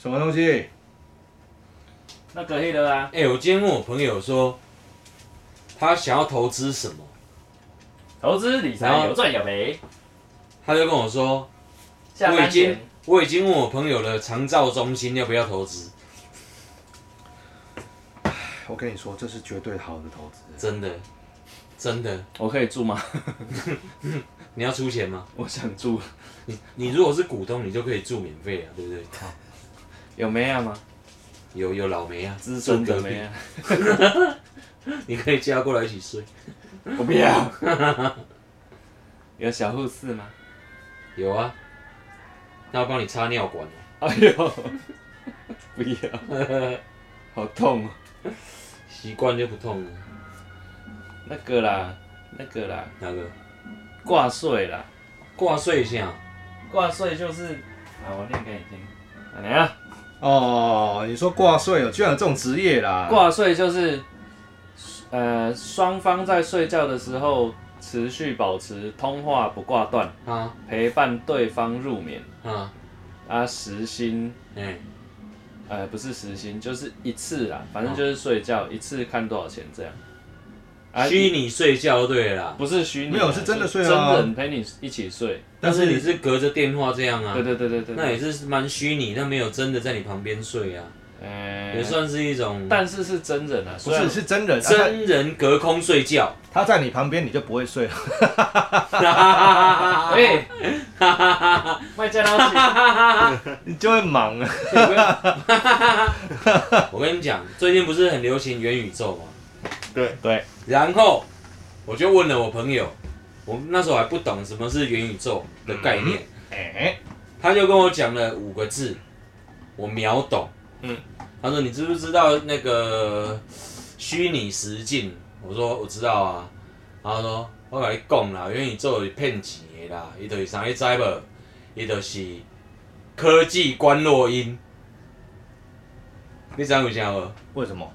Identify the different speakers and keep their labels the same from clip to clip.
Speaker 1: 什么东西？
Speaker 2: 那个黑的啊，
Speaker 3: 哎、我今天问我朋友说，他想要投资什么，
Speaker 2: 投资理
Speaker 3: 然后
Speaker 2: 哎财有赚有赔，
Speaker 3: 他就跟我说，
Speaker 2: 下班
Speaker 3: 我
Speaker 2: 前
Speaker 3: 已经我已经问我朋友了，长照中心要不要投资？
Speaker 1: 我跟你说，这是绝对好的投资。
Speaker 3: 真的，真的，
Speaker 2: 我可以住吗？
Speaker 3: 你要出钱吗？
Speaker 2: 我想住，
Speaker 3: 你你如果是股东，你就可以住免费啊，对不对？
Speaker 2: 有没啊吗？
Speaker 3: 有有老梅啊，
Speaker 2: 资
Speaker 3: 深
Speaker 2: 深的没啊，
Speaker 3: 你可以叫他过来一起睡。
Speaker 2: 我不要。 有小护士吗？
Speaker 3: 有啊，那我帮你插尿管啊。
Speaker 2: 哎呦， 不要，好痛哦。
Speaker 3: 习惯就不痛了。
Speaker 2: 那个啦，那个啦，
Speaker 3: 哪个？
Speaker 2: 挂税啦，
Speaker 3: 挂睡一下。
Speaker 2: 挂税就是，啊，我念给你听。啊你啊，
Speaker 1: 哦，你说挂税哦，居然有这种职业啦？
Speaker 2: 挂税就是，呃，双方在睡觉的时候持续保持通话不挂断，
Speaker 3: 啊
Speaker 2: 陪伴对方入眠。
Speaker 3: 啊，
Speaker 2: 啊，时薪，
Speaker 3: 哎、
Speaker 2: 呃，不是时薪，就是一次啦，反正就是睡觉、一次看多少钱这样。啊，
Speaker 3: 虚拟睡觉对了啦，
Speaker 2: 不是虚拟啊，
Speaker 1: 没有是真的睡啊
Speaker 2: 是真人陪你一起睡。
Speaker 3: 但是你
Speaker 1: 但
Speaker 3: 是隔着电话这样啊
Speaker 2: 对，对对对对。
Speaker 3: 那也是蛮虚拟，但没有真的在你旁边睡啊，
Speaker 2: 呃
Speaker 3: 也算是一种
Speaker 2: 但是是真人啊，
Speaker 1: 不
Speaker 2: 虽然
Speaker 1: 是是真人，他在
Speaker 3: 真人隔空睡觉。
Speaker 1: 他在你旁边你就不会睡了。
Speaker 3: 哎，
Speaker 2: 哎，卖家老师，
Speaker 1: 你就会忙啊了。
Speaker 3: 我跟你讲，最近不是很流行元宇宙吗？
Speaker 4: 对
Speaker 1: 对，
Speaker 3: 然后我就问了我朋友，我那时候还不懂什么是元宇宙的概念，
Speaker 1: 哎、
Speaker 3: 他就跟我讲了五个字，我秒懂。
Speaker 1: 嗯，
Speaker 3: 他说你知不知道那个虚拟实境？我说我知道啊。然后他说我跟你讲啦，元宇宙是骗钱的啦，伊就是啥你知无？伊就是科技观落音。你知道为啥无？
Speaker 1: 为什么？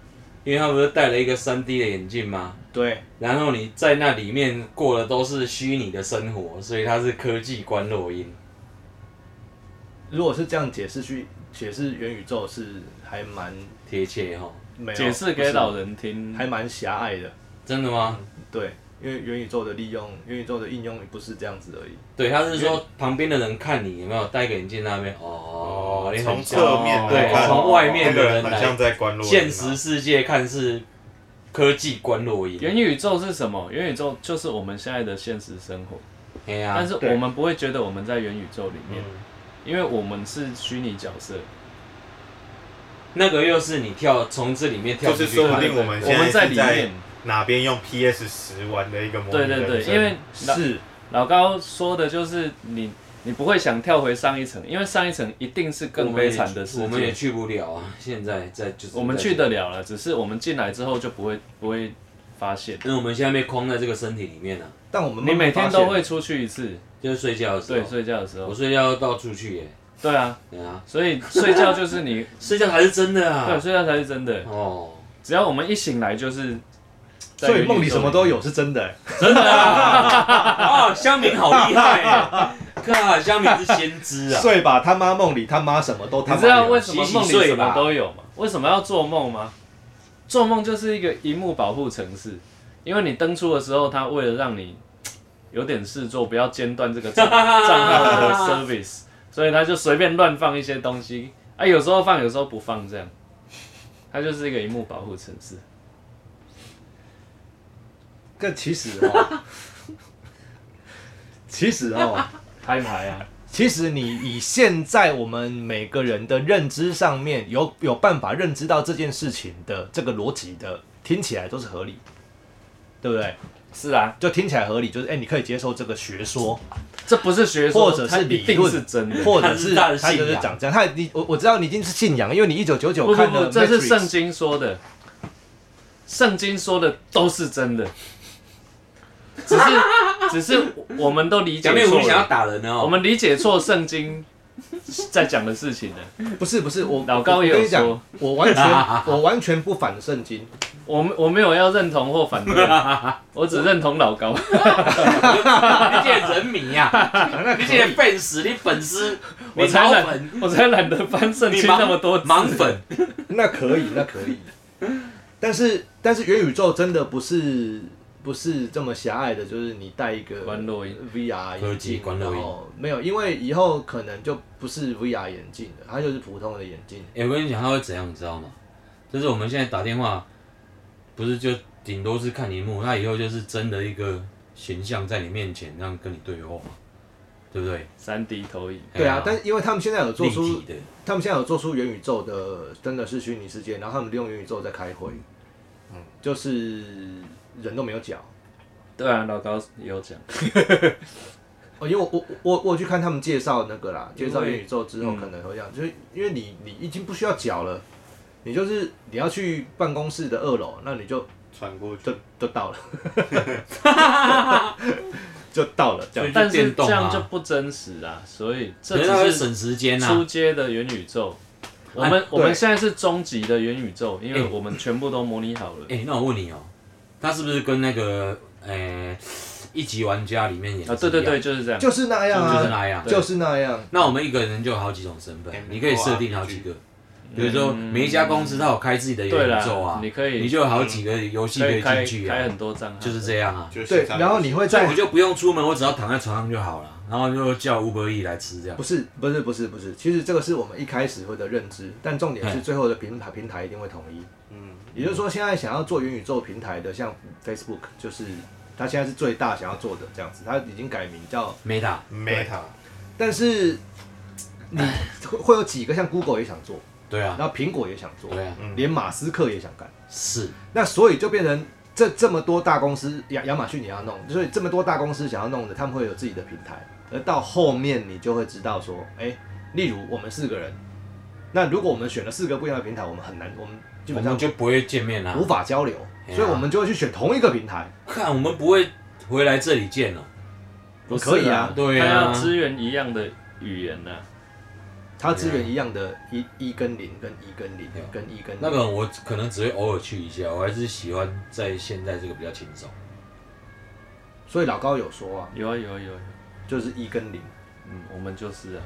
Speaker 3: 因为他不是戴了一个3 D 的眼镜吗？
Speaker 1: 对，
Speaker 3: 然后你在那里面过的都是虚拟的生活，所以它是科技观落音。
Speaker 1: 如果是这样解释去解释元宇宙是还蛮
Speaker 3: 贴切哈，
Speaker 1: 没有
Speaker 2: 解释给老人听。
Speaker 1: 还蛮狭隘的。
Speaker 3: 真的吗？
Speaker 1: 对，因为元宇宙的利用，元宇宙的应用不是这样子而已。
Speaker 3: 对，他是说旁边的人看你有没有戴个眼镜在那边哦，你
Speaker 4: 从
Speaker 3: 很像
Speaker 4: 侧面哦来看，
Speaker 3: 对从外面
Speaker 4: 那
Speaker 3: 的
Speaker 4: 个
Speaker 3: 人
Speaker 4: 人很像在观落
Speaker 3: 现实世界看是科技观落音，
Speaker 2: 元宇宙是什么？元宇宙就是我们现在的现实生活，
Speaker 3: 哎呀、
Speaker 2: 但是
Speaker 1: 对
Speaker 2: 我们不会觉得我们在元宇宙里面，因为我们是虚拟角色，
Speaker 3: 那个又是你跳从这里面跳
Speaker 4: 就
Speaker 3: 出
Speaker 4: 是
Speaker 3: 去
Speaker 4: 说不
Speaker 3: 看
Speaker 4: 定我们
Speaker 2: 我们
Speaker 4: 现在
Speaker 2: 里
Speaker 4: 是
Speaker 2: 面
Speaker 4: 在。哪边用 PS 十玩的一个模拟
Speaker 2: 对对对，
Speaker 4: 人生
Speaker 2: 因为老
Speaker 1: 是，
Speaker 2: 老高说的就是你，你不会想跳回上一层，因为上一层一定是更悲惨的
Speaker 3: 我
Speaker 2: 世
Speaker 3: 们也
Speaker 2: 界。
Speaker 3: 去不了啊。现在在就是
Speaker 2: 我们去，得了了，只是我们进来之后就不会不会发现。
Speaker 3: 因为我们现在被框在这个身体里面啊，
Speaker 1: 但我们
Speaker 2: 你
Speaker 1: 慢慢
Speaker 2: 每天
Speaker 1: 发现
Speaker 2: 都会出去一次，
Speaker 3: 就是啊睡觉的时
Speaker 2: 对，
Speaker 3: 候，
Speaker 2: 睡觉的时
Speaker 3: 我
Speaker 2: 候，
Speaker 3: 睡觉到处去耶，
Speaker 2: 对啊，
Speaker 3: 对啊，
Speaker 2: 所以睡觉就是你，
Speaker 3: 睡觉才是真的
Speaker 2: 对，
Speaker 3: 啊。
Speaker 2: 睡觉才是真的。
Speaker 3: 哦，
Speaker 2: 只要我们一醒来就是在
Speaker 1: 所
Speaker 2: 元宇
Speaker 1: 以
Speaker 2: 宙，
Speaker 1: 梦里什么都有，是真的、欸
Speaker 3: 真的啊！哦，香敏好厉害 耶！看，啊香敏是先知啊。
Speaker 1: 睡吧，他妈梦里他妈什么都他
Speaker 2: 你
Speaker 1: 妈
Speaker 2: 知道
Speaker 1: 有。
Speaker 2: 为什么梦
Speaker 3: 洗洗
Speaker 2: 里
Speaker 3: 睡
Speaker 2: 什
Speaker 3: 吧
Speaker 2: 么都有吗？为什么要做梦吗？做梦就是一个荧幕保护城市，因为你登出的时候，它为了让你有点事做，不要间断这个账 账号的 service，所以它就随便乱放一些东西啊，有时候放，有时候不放，这样，它就是一个荧幕保护城市。
Speaker 1: 这其实哦， 其实哦，
Speaker 2: 开牌啊，
Speaker 1: 其实你以现在我们每个人的认知上面有有办法认知到这件事情的这个逻辑的，听起来都是合理，对不对？
Speaker 2: 是啊，
Speaker 1: 就听起来合理，就是哎、你可以接受这个学说，
Speaker 2: 这不是学
Speaker 1: 或
Speaker 2: 说，
Speaker 1: 者
Speaker 2: 它
Speaker 1: 是
Speaker 2: 一
Speaker 1: 理
Speaker 2: 定
Speaker 1: 论
Speaker 2: 是真的。
Speaker 1: 或者是
Speaker 3: 他是
Speaker 1: 他就是长这样。他你我我知道你一定是信仰，因为你一九九九
Speaker 2: 不不
Speaker 1: 看
Speaker 2: 不，
Speaker 1: 的，
Speaker 2: 这是圣经说的，圣经说的都是真的， 只是只是我们都理解
Speaker 3: 小敏，我
Speaker 2: 错
Speaker 3: 们想要
Speaker 2: 了，
Speaker 3: 打人
Speaker 2: 我
Speaker 3: 哦。
Speaker 2: 们理解错圣经在讲的事情呢？
Speaker 1: 不是不是，我
Speaker 2: 老高也有
Speaker 1: 我跟你
Speaker 2: 说
Speaker 1: 讲，我完全我完全不反圣 经，
Speaker 2: 我没我没有要认同或反 对，我只认同老高。
Speaker 3: 你这个人迷 啊，
Speaker 1: 那
Speaker 3: 你这个粉丝，你粉丝，
Speaker 2: 我
Speaker 3: 你
Speaker 2: 才
Speaker 3: 老
Speaker 2: 懒
Speaker 3: 粉，，
Speaker 2: 我才懒得翻圣
Speaker 3: 你
Speaker 2: 经那么多
Speaker 3: 盲
Speaker 2: 字
Speaker 3: 盲粉，
Speaker 1: 那可以，那可以。但是但是元宇宙真的不是不是这么狭隘的，就是你戴一个
Speaker 2: 关录音
Speaker 1: VR
Speaker 3: 科
Speaker 1: 眼
Speaker 3: 技
Speaker 1: 镜，
Speaker 3: 关录
Speaker 1: 然
Speaker 3: 音
Speaker 1: 后没有，因为以后可能就不是 VR 眼镜了，它就是普通的眼镜。
Speaker 3: 哎、我跟你讲，他会怎样，你知道吗？就是我们现在打电话，不是就顶多是看荧幕，那以后就是真的一个形象在你面前，这样跟你对话，对不对？
Speaker 2: 三 D 投影，
Speaker 1: 对啊，
Speaker 3: 哎
Speaker 1: 但是因为他们现在有做
Speaker 3: 立
Speaker 1: 出
Speaker 3: 体，的，
Speaker 1: 他们现在有做出元宇宙的，真的是虚拟世界，然后他们利用元宇宙在开会，嗯，就是人都没有脚。
Speaker 2: 对啊，老高也有讲，
Speaker 1: 哦，因为我我我我有去看他们介绍那个啦，
Speaker 2: 因
Speaker 1: 介
Speaker 2: 为
Speaker 1: 绍元宇宙之后可能会这样，就是因为你你已经不需要脚了，你就是你要去办公室的二楼，那你就
Speaker 4: 传过去
Speaker 1: 就就到了， 就到了这
Speaker 3: 所以
Speaker 1: 样。
Speaker 3: 就
Speaker 2: 但是
Speaker 3: 电动
Speaker 2: 这
Speaker 3: 啊
Speaker 2: 样就不真实啦，所以这
Speaker 3: 可是他会
Speaker 2: 只是
Speaker 3: 省时间啊
Speaker 2: 出
Speaker 3: 呐、
Speaker 2: 街的元宇宙。我们我们现在是终极的元宇宙，因为
Speaker 3: 哎
Speaker 2: 我们全部都模拟好了。
Speaker 3: 哎、那我问你哦、他是不是跟那个呃、一级玩家里面演的
Speaker 2: 啊，对对对，就是这样。
Speaker 1: 就是那样
Speaker 3: 是一样，哎就是
Speaker 1: 啊，
Speaker 3: 那样。
Speaker 2: 对
Speaker 1: 就是那样。
Speaker 3: 那我们一个人就有好几种身份
Speaker 4: 嗯，
Speaker 3: 你可以设定好几个。比如说，每一家公司它有开自己的元
Speaker 2: 对
Speaker 3: 宇
Speaker 2: 啦
Speaker 3: 宙啊，
Speaker 2: 你可以
Speaker 3: 你就有好几个游戏
Speaker 2: 可以
Speaker 3: 进
Speaker 2: 开
Speaker 3: 去
Speaker 2: 开
Speaker 3: 啊，
Speaker 2: 很多账号，
Speaker 3: 就是这样啊。
Speaker 4: 就
Speaker 1: 对，
Speaker 4: 线上
Speaker 1: 然后你会
Speaker 3: 所以我
Speaker 1: 在
Speaker 3: 就不用出门，我只要躺在床上就好了，然后就叫吴伯义来吃这样
Speaker 1: 不。是不是不是不是，其实这个是我们一开始会的认知，但重点是
Speaker 3: 嗯
Speaker 1: 最后的平台平台一定会统一。
Speaker 4: 嗯，
Speaker 1: 也就是说，现在想要做元宇宙平台的，像 Facebook，就是它现在是最大想要做的这样子，它已经改名叫
Speaker 3: Meta，
Speaker 4: Meta
Speaker 1: 但是你会会有几个像 Google 也想做，
Speaker 3: 对啊，
Speaker 1: 然后苹果也想做，
Speaker 3: 对啊，
Speaker 4: 嗯
Speaker 1: 连马斯克也想干，
Speaker 3: 是，
Speaker 1: 那所以就变成这这么多大公司，亚亚马逊也要弄，所以这么多大公司想要弄的，他们会有自己的平台，而到后面你就会知道说，哎、例如我们四个人，那如果我们选了四个不一样的平台，我们很难，我们基
Speaker 3: 我
Speaker 1: 本上
Speaker 3: 们就不会见面啦
Speaker 1: 无。法交流，
Speaker 3: 哎呀
Speaker 1: 所以我们就会去选同一个平台。
Speaker 3: 看，我们不会回来这里见了。
Speaker 2: 不是
Speaker 1: 可以
Speaker 2: 啦
Speaker 1: 啊
Speaker 3: 对啊
Speaker 2: 他要支援一样的语言啊呐。
Speaker 1: 它资源一样的，一一跟零跟一跟零
Speaker 3: 啊对啊
Speaker 1: 跟一跟零
Speaker 3: 那个我可能只会偶尔去一下，我还是喜欢在现在这个比较轻松。
Speaker 1: 所以老高有说啊，
Speaker 2: 有啊有啊有啊，有啊
Speaker 1: 就是一跟零，
Speaker 2: 嗯，我们就是啊。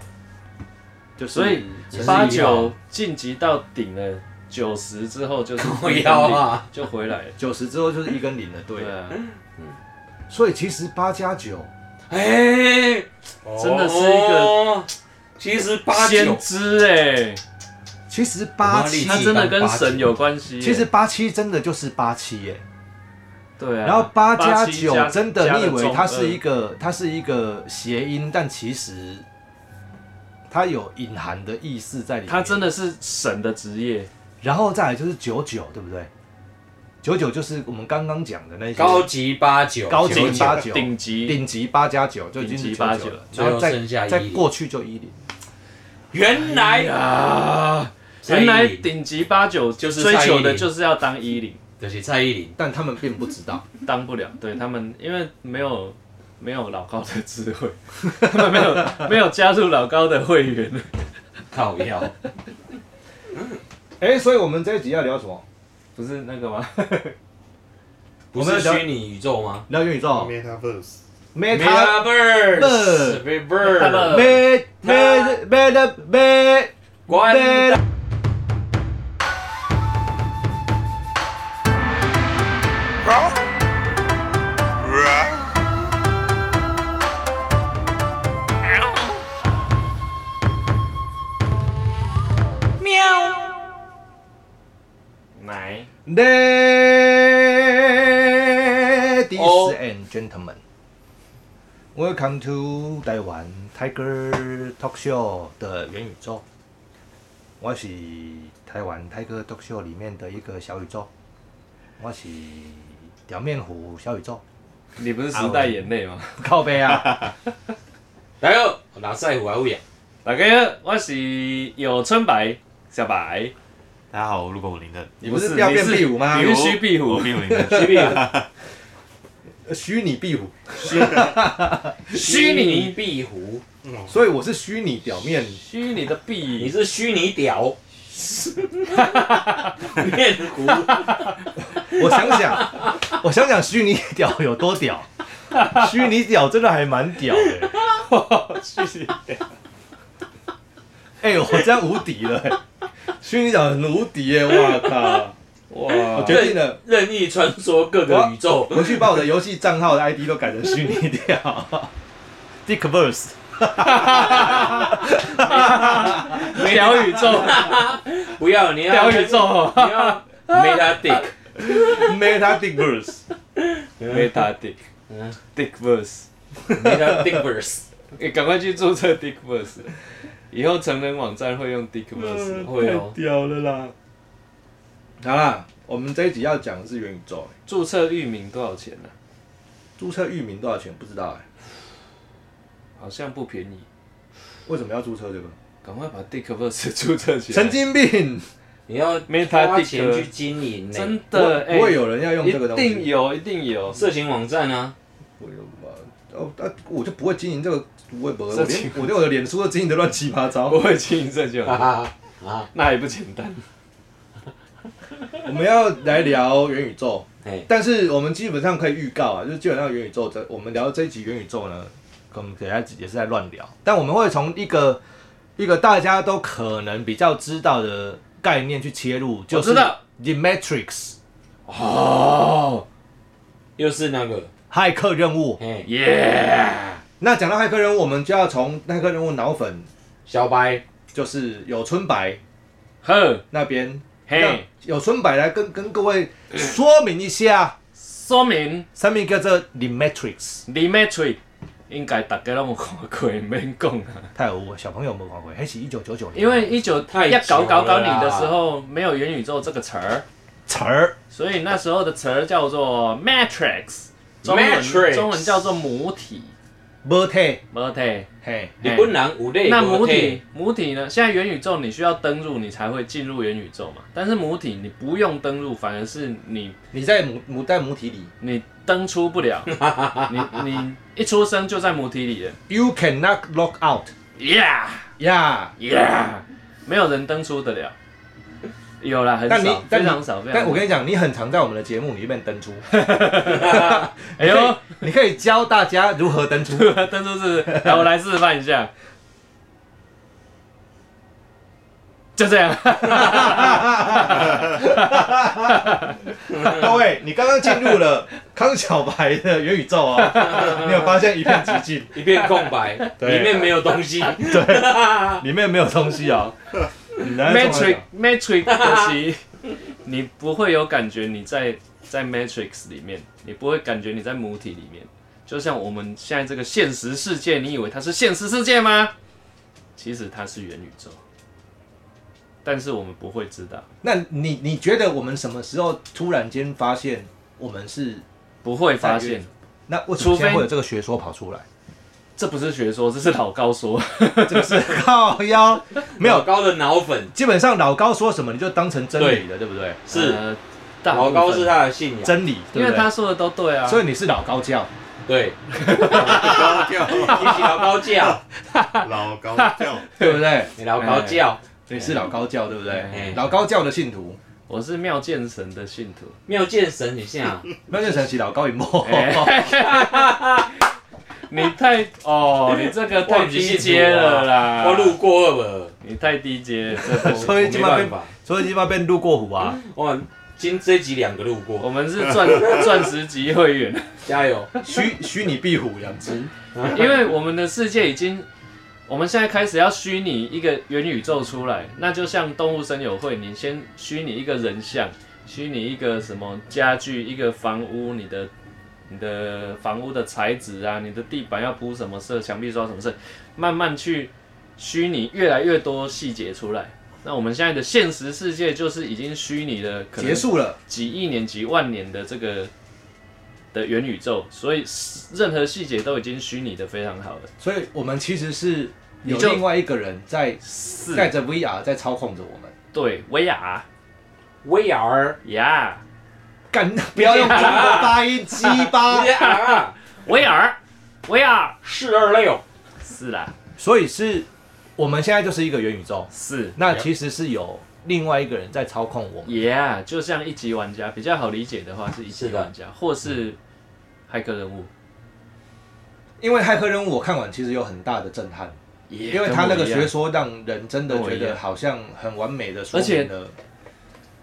Speaker 1: 就是
Speaker 2: 所以
Speaker 3: 只是
Speaker 2: 八
Speaker 3: 一样
Speaker 2: 九晋级到顶了，九十之后就是
Speaker 3: 我要啊，
Speaker 2: 就回来了。
Speaker 1: 九十之后就是一跟零了，对。
Speaker 2: 对啊，
Speaker 1: 所以其实八加九，
Speaker 3: 哎、
Speaker 2: 真的是一个
Speaker 3: 哦其实八
Speaker 2: 先
Speaker 3: 九
Speaker 2: 知哎，
Speaker 1: 其实八
Speaker 3: 我
Speaker 1: 七
Speaker 3: 妈
Speaker 2: 他，
Speaker 3: 立
Speaker 2: 真的跟神有关系耶。
Speaker 1: 其实八七真的就是八七耶。
Speaker 2: 对啊，
Speaker 1: 然后八加
Speaker 2: 加
Speaker 1: 九真的，你以为它是一
Speaker 2: 个
Speaker 1: 个它是一个谐音，但其实它有隐含的意思在里面。
Speaker 2: 他真的是神的职业，
Speaker 1: 然后再来就是九九，对不对？九九就是我们刚刚讲的那些
Speaker 3: 高级八九，
Speaker 1: 高级
Speaker 3: 九
Speaker 1: 八九
Speaker 2: 顶级
Speaker 1: 顶级八加九就已经
Speaker 2: 顶
Speaker 1: 是
Speaker 2: 级八
Speaker 1: 九
Speaker 2: 九
Speaker 1: 了，
Speaker 3: 最
Speaker 1: 然
Speaker 3: 后
Speaker 1: 后再
Speaker 3: 剩下
Speaker 1: 再
Speaker 3: 一零
Speaker 1: 过去就一零。
Speaker 3: 原来
Speaker 2: 啊。
Speaker 3: 蔡
Speaker 2: 哎原
Speaker 3: 依林
Speaker 2: 来顶级八九
Speaker 3: 就是
Speaker 2: 追
Speaker 3: 蔡依
Speaker 2: 求
Speaker 3: 林
Speaker 2: 的就是要当一零，
Speaker 3: 就是蔡依林，
Speaker 1: 但他们并不知道，
Speaker 2: 当不了。对他们，因为没有没有老高的智慧， 他们没有没有加入老高的会员。
Speaker 3: 靠腰，
Speaker 1: 哎、所以我们这一集要聊什么？
Speaker 2: 不是那个吗？
Speaker 3: 不是虚拟宇宙吗
Speaker 1: 聊元宇宙
Speaker 4: Metaverse
Speaker 1: ，Meta Metaverse
Speaker 3: Metaverse，Metaverse，
Speaker 1: Meta Meta Meta Meta
Speaker 3: 关
Speaker 1: Meta，
Speaker 2: 奶
Speaker 1: Ladies
Speaker 3: Oh.
Speaker 1: and gentlemen, welcome to 台湾 Tiger Talk Show 的元宇宙。我是台湾 Tiger Talk Show 里面的一个小宇宙，我是表面虎小宇宙，
Speaker 2: 你不是时代眼泪吗？
Speaker 1: 靠背啊！
Speaker 3: 来哦，哪赛虎还会呀？
Speaker 2: 大家好，我是有春白小白，
Speaker 5: 大家好，我是陆口林的。
Speaker 1: 你不是不要变壁虎吗
Speaker 4: 哦
Speaker 2: 你是必须壁虎
Speaker 5: 我，壁虎林的。
Speaker 2: 必须壁虎。
Speaker 1: 虚拟壁虎，
Speaker 2: 虚拟
Speaker 3: 壁虎，
Speaker 4: 嗯
Speaker 1: 所以我是虚拟表面，
Speaker 2: 虚拟的
Speaker 3: 你
Speaker 2: 币，
Speaker 3: 是虚拟屌，面糊，
Speaker 1: 我想想，我想想虚拟屌有多屌，虚拟屌真的还蛮屌的、
Speaker 2: 虚拟
Speaker 1: 哎、我这样无敌了、欸，虚拟屌很无敌耶、我靠！我
Speaker 2: 哇，
Speaker 1: 决定了，
Speaker 3: 任意穿梭各个宇宙。
Speaker 1: 回去把我的游戏账号的 ID 都改成虚拟屌，Dickverse。
Speaker 2: 聊宇宙，
Speaker 3: 不要，你要
Speaker 2: 聊宇宙
Speaker 3: 你要 Meta Dick，
Speaker 1: Meta Dickverse，
Speaker 2: ，Meta Dick，
Speaker 3: 嗯
Speaker 2: Dickverse，
Speaker 3: ，Meta Dickverse
Speaker 2: 你哎赶快去注册 Dickverse，以后成人网站会用 Dickverse，
Speaker 3: 会哦，
Speaker 1: 屌了啦！好啦，我们这一集要讲的是元宇宙、欸，
Speaker 2: 注册域名多少钱呢？
Speaker 1: 注册域名多少钱不知道哎、
Speaker 2: 好像不便宜，
Speaker 1: 为什么要注册这个？
Speaker 2: 赶快把 Dickverse 注册起来。
Speaker 1: 神经病！
Speaker 3: 你要
Speaker 2: Meta
Speaker 3: 花钱
Speaker 2: Dick
Speaker 3: 去经营呢，
Speaker 2: 真
Speaker 1: 不
Speaker 2: 的，哎
Speaker 1: 不会有人要用这个东西，
Speaker 2: 一定有，一定有。
Speaker 3: 色情网站 啊，
Speaker 1: 我有吧？哦，那、我就不会经营这个微博，我
Speaker 2: 这情
Speaker 1: 连我连我的脸书都经营的乱七八 糟
Speaker 2: 不。会经营这就
Speaker 3: 哈
Speaker 2: 好，
Speaker 3: 哈啊，
Speaker 2: 那也不简单。
Speaker 1: 我们要来聊元宇宙，
Speaker 3: 哎，
Speaker 1: 但是我们基本上可以预告啊，就是基本上元宇宙这我们聊这一集元宇宙呢，可能给大家也是在乱聊，但我们会从一个一个大家都可能比较知道的概念去切入，就是
Speaker 2: 知道
Speaker 1: The Matrix
Speaker 2: 哦，
Speaker 3: 又是那个，
Speaker 1: 骇客任务。
Speaker 3: 哎，
Speaker 2: 耶！
Speaker 1: 那讲到骇客任务，我们就要从骇客任务脑粉，
Speaker 3: 小白，
Speaker 1: 就是有春白
Speaker 2: 呵，
Speaker 1: 那边让
Speaker 2: 嘿，
Speaker 1: 有春白来跟跟各位说明一下，
Speaker 2: 说明
Speaker 1: 什么叫做 The Matrix？
Speaker 2: 《The Matrix》应该大家拢有看过，免讲啊。
Speaker 1: 太有我小朋友没看过，还是一九九九年，
Speaker 2: 因为一九
Speaker 3: 太
Speaker 2: 要搞搞搞
Speaker 3: 久
Speaker 2: 你
Speaker 3: 了啦
Speaker 2: 的时候，没有元宇宙这个词儿，
Speaker 1: 词儿
Speaker 2: 所以那时候的词儿叫做 Matrix，中
Speaker 3: Matrix
Speaker 2: 文中文叫做母体
Speaker 1: 没体，
Speaker 2: 母体。
Speaker 1: 嘿，
Speaker 3: 你不能无类
Speaker 2: 那
Speaker 3: 国
Speaker 2: 母
Speaker 3: 体
Speaker 2: 体母体呢？现在元宇宙你需要登入，你才会进入元宇宙嘛。但是母体你不用登入，反而是你
Speaker 1: 你在母母在母体里
Speaker 2: 你登出 不了，你你一出生就在母体里了
Speaker 1: ，You cannot log out
Speaker 2: ，Yeah
Speaker 1: 呀、
Speaker 2: Yeah，没有人登出得了。有啦，很
Speaker 1: 但你
Speaker 2: 少，
Speaker 1: 但
Speaker 2: 非
Speaker 1: 你
Speaker 2: 常少，非常
Speaker 1: 但我
Speaker 2: 少。
Speaker 1: 跟你讲，你很常在我们的节目里面登出，
Speaker 2: 哎呦，
Speaker 1: 你 可以教大家如何登 出。
Speaker 2: 登出是，来我来示范一下，就这样。
Speaker 1: 各位，你刚刚进入了康小白的元宇宙 哦，你有发现一片寂静，
Speaker 3: 一片空白，
Speaker 1: 对
Speaker 3: 里面没有东西，
Speaker 1: 里面没有东西 哦。你来中文
Speaker 2: Matrix
Speaker 1: 讲
Speaker 2: Matrix 可惜你不会有感觉你在在 Matrix 里面，你不会感觉你在母体里面。就像我们现在这个现实世界，你以为它是现实世界吗？其实它是元宇宙，但是我们不会知道，
Speaker 1: 那你你觉得我们什么时候突然间发现我们是？
Speaker 2: 不会发现。
Speaker 1: 那为什么
Speaker 2: 除非
Speaker 1: 现在会有这个学说跑出来？
Speaker 2: 这不是学说，这是老高说。
Speaker 1: 这个是 靠腰， 没
Speaker 3: 老
Speaker 1: 有。
Speaker 3: 高的脑粉
Speaker 1: 基本上老高说什么你就当成真理了，对不对？
Speaker 3: 是
Speaker 2: 呃、大部
Speaker 3: 老
Speaker 2: 分
Speaker 3: 高是，他的信仰，
Speaker 1: 嗯真理，对
Speaker 2: 因
Speaker 1: 不
Speaker 2: 为
Speaker 1: 对
Speaker 2: 他说的都对啊。
Speaker 1: 所以你是老高教，
Speaker 3: 对，
Speaker 4: 老高教，
Speaker 3: 你是老高 教，
Speaker 4: 老高教，
Speaker 1: 对不对？
Speaker 3: 你老高教，
Speaker 1: 你是老高教，对不对？
Speaker 3: 哎
Speaker 1: 老高教的信徒，
Speaker 2: 我是妙见神的信徒。
Speaker 3: 妙见神你像啊
Speaker 1: 那就神奇老高一默。
Speaker 2: 哎 你太哦，你这个
Speaker 1: 啊
Speaker 2: 太低阶了啦！
Speaker 3: 我路过了，
Speaker 2: 你太低阶了，这不 行
Speaker 1: 所以
Speaker 3: 我
Speaker 1: 鸡
Speaker 3: 没
Speaker 1: 巴
Speaker 3: 办
Speaker 1: 变，
Speaker 3: 法，
Speaker 1: 所以鸡巴变路过虎啊！
Speaker 3: 哇，今这集两个路过，
Speaker 1: 哦
Speaker 2: 我们是钻钻石级会员，
Speaker 3: 加油，
Speaker 1: 虚虚拟壁虎两只，
Speaker 2: 因为我们的世界已经，我们现在开始要虚拟一个元宇宙出来，那就像动物森友会，你先虚拟一个人像，虚拟一个什么家具，一个房屋，你的你的房屋的材质啊，你的地板要铺什么色，墙壁刷什么色，慢慢去虚拟越来越多细节出来。那我们现在的现实世界就是已经虚拟的，可能
Speaker 1: 结束了。
Speaker 2: 几亿年、几万年的这个的元宇宙，所以任何细节都已经虚拟的非常好了。
Speaker 1: 所以我们其实是有
Speaker 2: 你就
Speaker 1: 另外一个人在
Speaker 2: 是
Speaker 1: 带着 VR 在操控着我们。
Speaker 2: 对，维亚
Speaker 3: 威尔
Speaker 2: 呀，
Speaker 1: 干，不要用中国发音，鸡巴
Speaker 3: 直。接啊，
Speaker 2: 维尔，维尔，
Speaker 3: 四二六，
Speaker 2: 是啦，
Speaker 1: 所以是我们现在就是一个元宇宙，
Speaker 2: 是
Speaker 1: 那其实是有另外一个人在操控我们。
Speaker 2: ，Yeah，就像一级玩家比较好理解的话是一级
Speaker 3: 是的
Speaker 2: 玩家，或是骇客人物
Speaker 1: 因为骇客任务我看完其实有很大的震撼，
Speaker 2: ，Yeah，
Speaker 1: 因为他那
Speaker 2: 跟
Speaker 1: 个
Speaker 2: 我一样
Speaker 1: 学说让人真的
Speaker 2: 跟我
Speaker 1: 觉
Speaker 2: 一
Speaker 1: 得
Speaker 2: 样
Speaker 1: 好像很完美的说
Speaker 2: 而且
Speaker 1: 明了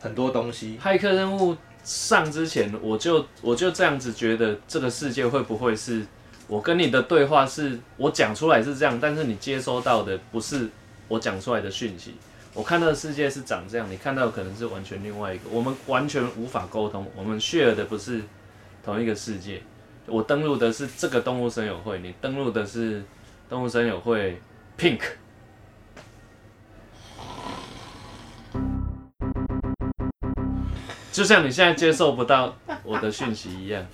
Speaker 1: 很多东西。
Speaker 2: 骇客任务上之前，我就我就这样子觉得，这个世界会不会是我跟你的对话是我讲出来是这样，但是你接收到的不是我讲出来的讯息。我看到的世界是长这样，你看到的可能是完全另外一个，我们完全无法沟通，我们 share 的不是同一个世界。我登录的是这个动物森友会，你登录的是动物森友会 Pink。就像你现在接受不到我的讯息一样，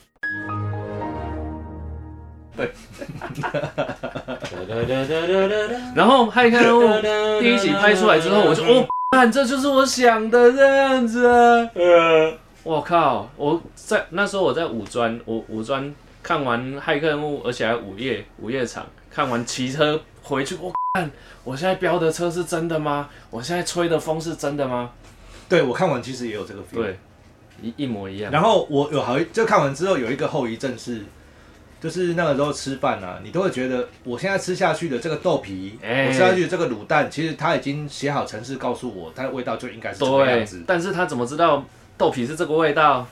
Speaker 2: 然后骇客任务
Speaker 3: 哦
Speaker 2: 第一集拍出来之后，我就哦，干这就是我想的这样子啊！
Speaker 3: 呃，
Speaker 2: 我靠，我在那时候我在五专，我五专看完《骇客任务》，而且还午夜午夜场，看完骑车回去，我看我现在飙的车是真的吗？我现在吹的风是真的吗？
Speaker 1: 对我看完其实也有这个 feel。
Speaker 2: 对，一一模一样。
Speaker 1: 然后我有好一就看完之后有一个后遗症是，就是那个时候吃饭啊，你都会觉得我现在吃下去的这个豆皮，
Speaker 2: 哎
Speaker 1: 我吃下去的这个卤蛋，其实它已经写好程式告诉我它的味道就应该是这个样
Speaker 2: 对
Speaker 1: 子，，
Speaker 2: 但是他怎么知道豆皮是这个味道？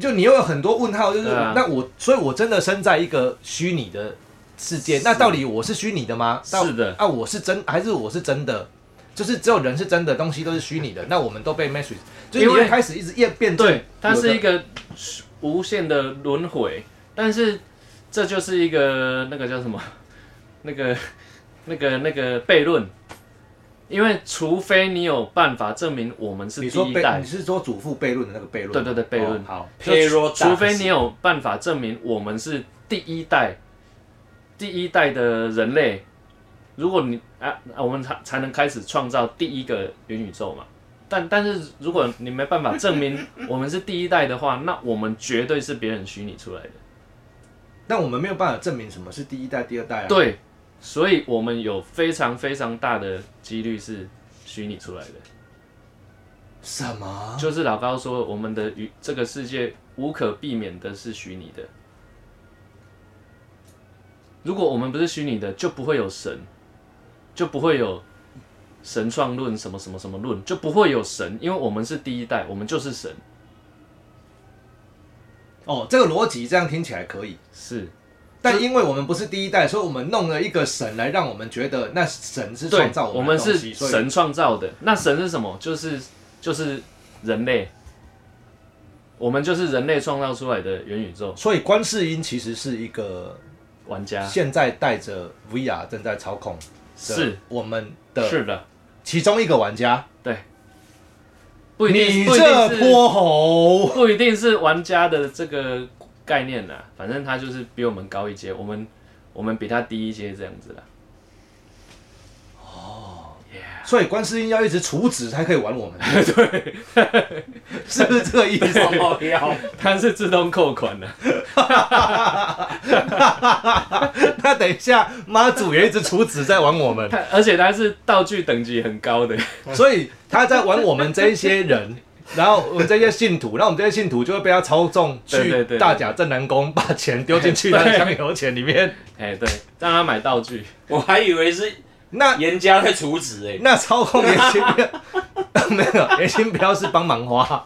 Speaker 1: 就你又有很多问号，就是、
Speaker 2: 对啊
Speaker 1: 那我，所以我真的身在一个虚拟的世界，
Speaker 2: 是
Speaker 1: 那到底我是虚拟的吗？到
Speaker 2: 是的
Speaker 1: 啊，我是真还是我是真的？就是只有人是真的，东西都是虚拟 的，那我们都被 matrix，就是
Speaker 2: 因
Speaker 1: 你
Speaker 2: 为
Speaker 1: 会开始一直验辩证
Speaker 2: 对，它
Speaker 1: 有的
Speaker 2: 是一个无限的轮回，但是这就是一个那个叫什么，那个那个那个悖论，因为除非你有办法证明我们是
Speaker 1: 你
Speaker 2: 第
Speaker 1: 说
Speaker 2: 一
Speaker 1: 悖，
Speaker 2: 代
Speaker 1: 你，是说祖父悖论的那个悖论吗？
Speaker 2: 对对对悖论
Speaker 1: 哦好，
Speaker 2: 就除非你有办法证明我们是第一代，第一代的人类，如果你啊，啊我们才才能开始创造第一个元宇宙嘛。但但是如果你没办法证明我们是第一代的话，那我们绝对是别人虚拟出来的。
Speaker 1: 但我们没有办法证明什么是第一代、第二代啊。，
Speaker 2: 对，所以我们有非常非常大的几率是虚拟出来的。
Speaker 1: 什么？
Speaker 2: 就是老高说，我们的与这个世界无可避免的是虚拟的。如果我们不是虚拟的，就不会有神，就不会有神创论什么什么什么论，就不会有神，因为我们是第一代，我们就是神。
Speaker 1: 哦，这个逻辑这样听起来可以，
Speaker 2: 是
Speaker 1: 但因为我们不是第一代，所以我们弄了一个神来让我们觉得那神是
Speaker 2: 对
Speaker 1: 创造，
Speaker 2: 我
Speaker 1: 们
Speaker 2: 们
Speaker 1: 的东
Speaker 2: 是
Speaker 1: 西，所以
Speaker 2: 神创造的。那神是什么？就是就是人类，我们就是人类创造出来的元宇宙
Speaker 1: 所以观世音其实是一个
Speaker 2: 玩家。
Speaker 1: 现在带着 VR 正在操控的
Speaker 2: 是
Speaker 1: 我们的
Speaker 2: 是的，
Speaker 1: 其中一个玩家。
Speaker 2: 不一定
Speaker 1: 你
Speaker 2: 不一定
Speaker 1: 这
Speaker 2: 是
Speaker 1: 泼猴，
Speaker 2: 不一定是玩家的这个概念啦，反正他就是比我们高一阶，我们我们比他低一阶这样子啦。
Speaker 1: 所以观世音要一直处子才可以玩我 们。对， 是不是这个意思？
Speaker 3: 靠腰，
Speaker 2: 他是自动扣款的，
Speaker 1: 那等一下妈祖也一直处子在玩我们。
Speaker 2: 他而且他是道具等级很高的，
Speaker 1: 所以他在玩我们这一些人， 然后我们这些信徒，那我们这些信徒就会被他操纵
Speaker 2: 对对对
Speaker 1: 去
Speaker 2: 对
Speaker 1: 大甲镇南宫，把钱丢进去他的
Speaker 2: 对
Speaker 1: 香油钱里面。
Speaker 2: 哎、对，让他买道具，
Speaker 3: 我还以为是
Speaker 1: 那
Speaker 3: 严家在欸处子诶，
Speaker 1: 那操控严新标 没有，严新标是帮忙花，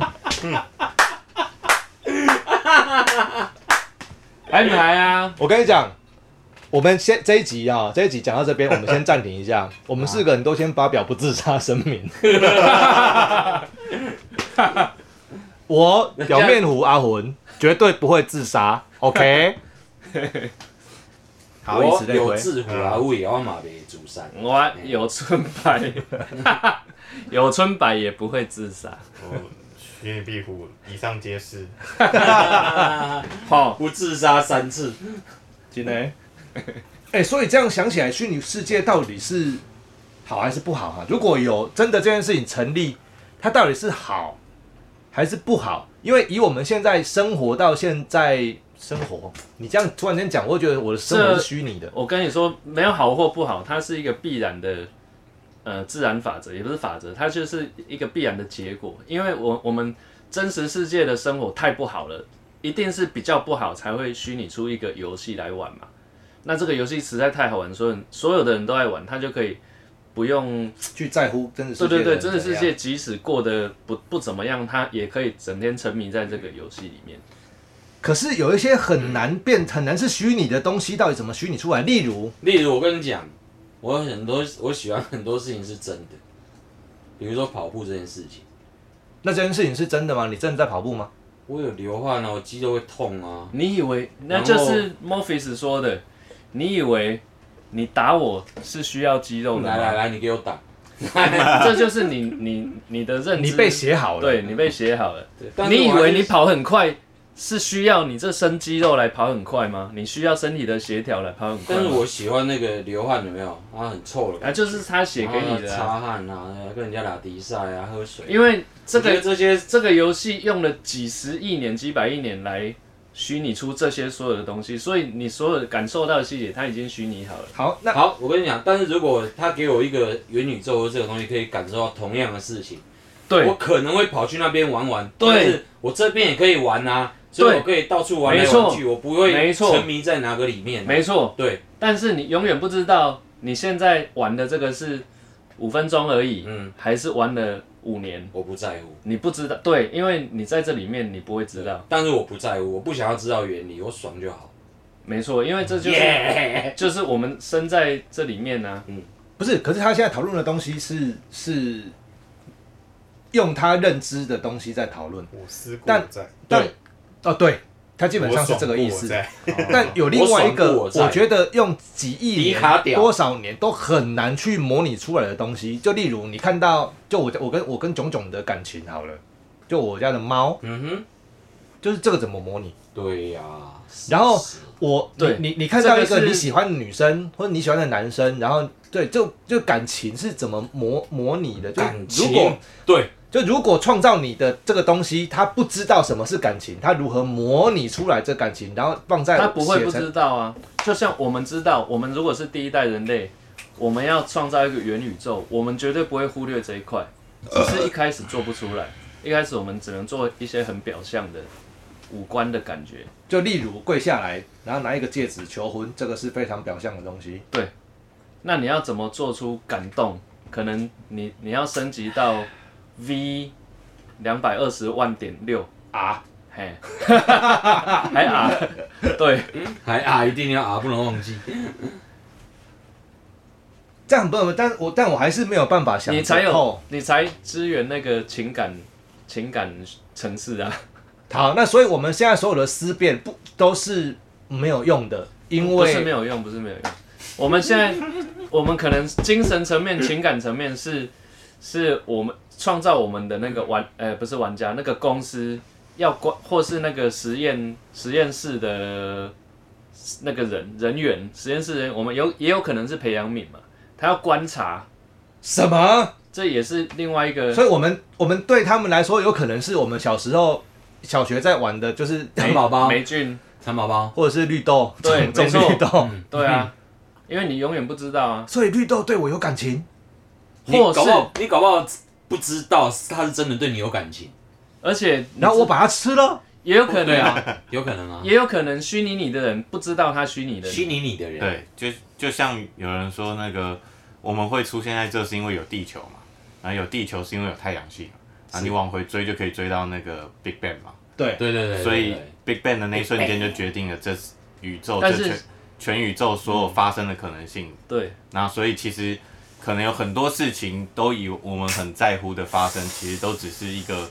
Speaker 2: 还买啊，
Speaker 1: 我跟你讲。我们先这一集啊，这一集讲到这边，我们先暂停一下。我们四个人都先发表不自杀声明。我表面虎阿魂绝对不会自杀，OK？好，以
Speaker 3: 我
Speaker 1: 此类
Speaker 3: 有
Speaker 1: 推。
Speaker 3: 自虎啊，我也要马别祖山。
Speaker 2: 我有春白， 哎有春白也不会自杀，
Speaker 4: 我虚拟壁虎以上皆是，
Speaker 2: 好、
Speaker 3: 不自杀三次，
Speaker 1: 真的。
Speaker 2: 嗯
Speaker 1: 哎、所以这样想起来，虚拟世界到底是好还是不好啊？如果有真的这件事情成立，它到底是好还是不好？因为以我们现在生活到现在生活，你这样突然间讲，我会觉得我的生活
Speaker 2: 这
Speaker 1: 是虚拟的。
Speaker 2: 我跟你说，没有好或不好，它是一个必然的，呃，自然法则，也不是法则，它就是一个必然的结果。因为我我们真实世界的生活太不好了，一定是比较不好才会虚拟出一个游戏来玩嘛。那这个游戏实在太好玩，所有人所有的人都爱玩，它就可以不用
Speaker 1: 去在乎真实世界
Speaker 2: 对
Speaker 1: 的
Speaker 2: 对
Speaker 1: 人
Speaker 2: 对，真实
Speaker 1: 怎
Speaker 2: 世
Speaker 1: 样
Speaker 2: 界即使过得不不怎么样，他也可以整天沉迷在这个游戏里面。
Speaker 1: 可是有一些很难
Speaker 2: 嗯
Speaker 1: 变、很难是虚拟的东西，到底怎么虚拟出来？例如，
Speaker 3: 例如我跟你讲，我有很多我喜欢很多事情是真的，比如说跑步这件事情，
Speaker 1: 那这件事情是真的吗？你真的在跑步吗？
Speaker 3: 我有流汗啊，我肌肉会痛啊，
Speaker 2: 你以为那
Speaker 3: 然后
Speaker 2: 就是 Morpheus 说的，你以为你打我是需要肌肉的吗？
Speaker 3: 来来来，你给我打。
Speaker 2: 这就是你你你的认知，
Speaker 1: 你被写好了，
Speaker 2: 对，你被写好了。
Speaker 3: 对但是
Speaker 2: 你以
Speaker 3: 我还
Speaker 2: 为
Speaker 3: 是
Speaker 2: 你跑很快是需要你这身肌肉来跑很快吗？你需要身体的协调来跑很快
Speaker 3: 但
Speaker 2: 吗？
Speaker 3: 是我喜欢那个流汗有没有？它很臭的
Speaker 2: 啊，
Speaker 3: 感
Speaker 2: 就
Speaker 3: 觉，
Speaker 2: 是他写给你的啊、
Speaker 3: 然哦后擦汗啊，跟人家打比赛啊，喝水。
Speaker 2: 因为这
Speaker 3: 我觉
Speaker 2: 个
Speaker 3: 得这些
Speaker 2: 这个游戏用了几十亿年、几百亿年来虚拟出这些所有的东西，所以你所有的感受到的细节，它已经虚拟好了。
Speaker 1: 好，那
Speaker 3: 好，我跟你讲，但是如果他给我一个元宇宙这个东西，可以感受到同样的事情，我
Speaker 2: 对，
Speaker 3: 可能会跑去那边玩玩，
Speaker 2: 对
Speaker 3: 但是我这边也可以玩啊，所以
Speaker 2: 对
Speaker 3: 我可以到处玩来
Speaker 2: 没错
Speaker 3: 玩去，我不会
Speaker 2: 没错
Speaker 3: 沉迷在哪个里面。啊
Speaker 2: 没错。
Speaker 3: 对，
Speaker 2: 但是你永远不知道你现在玩的这个是五分钟而已，
Speaker 3: 嗯，
Speaker 2: 还是玩了五年，
Speaker 3: 我不在乎，
Speaker 2: 你不知道。对，因为你在这里面你不会知道。
Speaker 3: 但是我不在乎，我不想要知道原理，我爽就好。
Speaker 2: 没错，因为这就是、
Speaker 3: 耶
Speaker 2: 就是我们身在这里面呢、啊。
Speaker 1: 不是，可是他现在讨论的东西是是用他认知的东西在讨论，
Speaker 4: 我思故
Speaker 1: 但
Speaker 4: 我在，
Speaker 1: 但哦，对，他基
Speaker 4: 基
Speaker 1: 本上是这个意思。但有另
Speaker 3: 我
Speaker 1: 外一
Speaker 3: 爽
Speaker 1: 个，
Speaker 3: 过我
Speaker 1: 我
Speaker 3: 在
Speaker 1: 觉得用几亿
Speaker 3: 迪
Speaker 1: 年
Speaker 3: 卡屌
Speaker 1: 多少年都很难去模拟出来的东西，就例如你看到，就我我跟我跟囧囧的感情好了，就我家的猫，
Speaker 3: 嗯
Speaker 1: 就是这个怎么模拟？
Speaker 3: 哼，对呀、
Speaker 1: 然后
Speaker 3: 是
Speaker 1: 我你
Speaker 2: 对
Speaker 1: 你你看到一
Speaker 2: 这个
Speaker 1: 个
Speaker 2: 是
Speaker 1: 你喜欢的女生或者你喜欢的男生，然后对，就就感情是怎么模模拟的？就
Speaker 3: 感
Speaker 1: 如
Speaker 3: 情
Speaker 1: 果
Speaker 3: 对，
Speaker 1: 就如果创造你的这个东西，他不知道什么是感情，他如何模拟出来这感情，然后放在
Speaker 2: 他不会
Speaker 1: 写
Speaker 2: 不
Speaker 1: 成
Speaker 2: 知道啊，就像我们知道，我们如果是第一代人类，我们要创造一个元宇宙，我们绝对不会忽略这一块，只是一开始做不出来，一开始我们只能做一些很表象的五官的感觉，
Speaker 1: 就例如跪下来，然后拿一个戒指求婚，这个是非常表象的东西。
Speaker 2: 那你要怎么做出感动？可能你你要升级到 V 两百二十万点六 R，嘿， 还 R，对，
Speaker 3: 还啊，一定要啊，不能忘记。
Speaker 1: 这样不能，但我但我还是没有办法想哦
Speaker 2: 你才
Speaker 1: 得
Speaker 2: 有
Speaker 1: 透。
Speaker 2: 你才支援那个情感情感城市啊。
Speaker 1: 好，那所以我们现在所有的思辨不都是没有用的，因
Speaker 2: 不是没
Speaker 1: 为
Speaker 2: 有用，不是没有用。我们现在，我们可能精神层
Speaker 3: 嗯
Speaker 2: 面、情感层面是，是我们创造我们的那个玩，呃，不是玩家，那个公司要关，或是那个实验实验室的那个人人员，实验室人员，我们有也有可能是培养皿嘛，他要观察，
Speaker 1: 什么？
Speaker 2: 这也是另外一个
Speaker 1: 所以我们我们对他们来说，有可能是我们小时候小学在玩的， 就是
Speaker 3: 蚕宝宝，
Speaker 2: 霉菌，
Speaker 3: 蚕宝宝，嗯
Speaker 1: 或者是绿豆，
Speaker 2: 对
Speaker 1: 种
Speaker 2: 没错
Speaker 1: 绿豆。
Speaker 2: 对啊，因为你永远不知道啊，
Speaker 1: 所以绿豆对我有感情，
Speaker 3: 你
Speaker 2: 或
Speaker 3: 搞
Speaker 2: 是
Speaker 3: 不好你搞不好不知道他是真的对你有感情，
Speaker 2: 而且
Speaker 1: 然后我把它吃了。
Speaker 2: 也有可
Speaker 3: 对
Speaker 2: 能，
Speaker 3: 啊，有可能啊，
Speaker 2: 也有可能虚拟你的人不知道他虚拟的你
Speaker 3: 虚拟你的人，，
Speaker 4: 对，就就像有人说那个我们会出现在这是因为有地球嘛，然后有地球是因为有太阳系嘛，然后你往回追就可以追到那个 Big Bang 嘛，
Speaker 1: 对，
Speaker 3: 对对对，
Speaker 4: 所以
Speaker 3: 对对
Speaker 4: Big Bang 的那一瞬间就决定了这是宇宙
Speaker 2: 但
Speaker 4: 这
Speaker 2: 是
Speaker 4: 全全宇宙所有发生的可能性，
Speaker 2: 对，
Speaker 4: 那所以其实可能有很多事情都以我们很在乎的发生，其实都只是一个